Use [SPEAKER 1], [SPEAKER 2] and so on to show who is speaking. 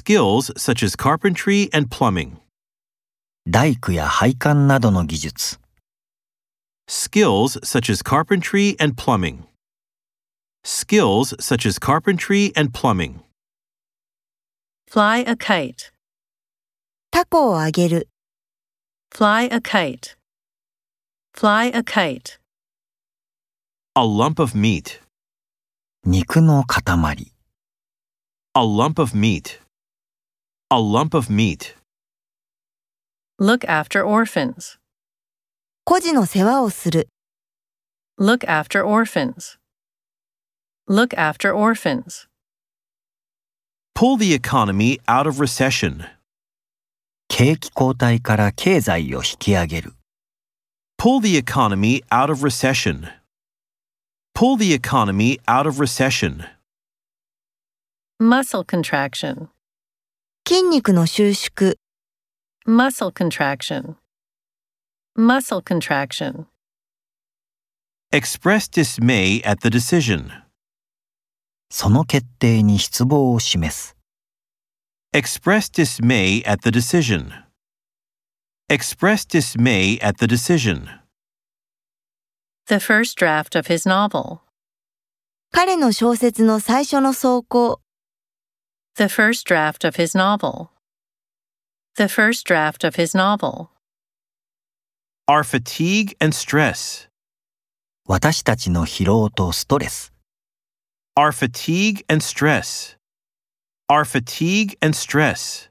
[SPEAKER 1] skills such as carpentry and plumbing,
[SPEAKER 2] 大工や配管などの技術
[SPEAKER 1] skills such as carpentry and plumbing, skills such as carpentry and plumbing,
[SPEAKER 3] Fly a kite.
[SPEAKER 4] タコをあげる、
[SPEAKER 3] Fly a kite. Fly a kite.
[SPEAKER 1] a lump of meat,
[SPEAKER 2] 肉の塊
[SPEAKER 1] a lump of meat, a lump of meat,
[SPEAKER 3] Look after orphans.
[SPEAKER 4] 孤児の世話をする、
[SPEAKER 3] Look after orphans. Look after orphans.
[SPEAKER 1] pull the economy out of recession,
[SPEAKER 2] 景気後退から経済を引き上げる
[SPEAKER 1] pull the economy out of recession, pull the economy out of recession.
[SPEAKER 3] Muscle contraction.
[SPEAKER 4] 筋肉の収縮、
[SPEAKER 3] Muscle contraction. Muscle contraction.
[SPEAKER 1] Express dismay at the decision.
[SPEAKER 2] その決定に失望を示す
[SPEAKER 1] Express dismay at the decision. Express dismay at the decision.
[SPEAKER 3] The first draft of his novel.
[SPEAKER 4] 彼の小説の最初の草稿、
[SPEAKER 3] The first draft of his novel. The first draft of his novel.
[SPEAKER 1] Our fatigue and stress.
[SPEAKER 2] 私たちの疲労とストレス
[SPEAKER 1] Our fatigue and stress. Our fatigue and stress.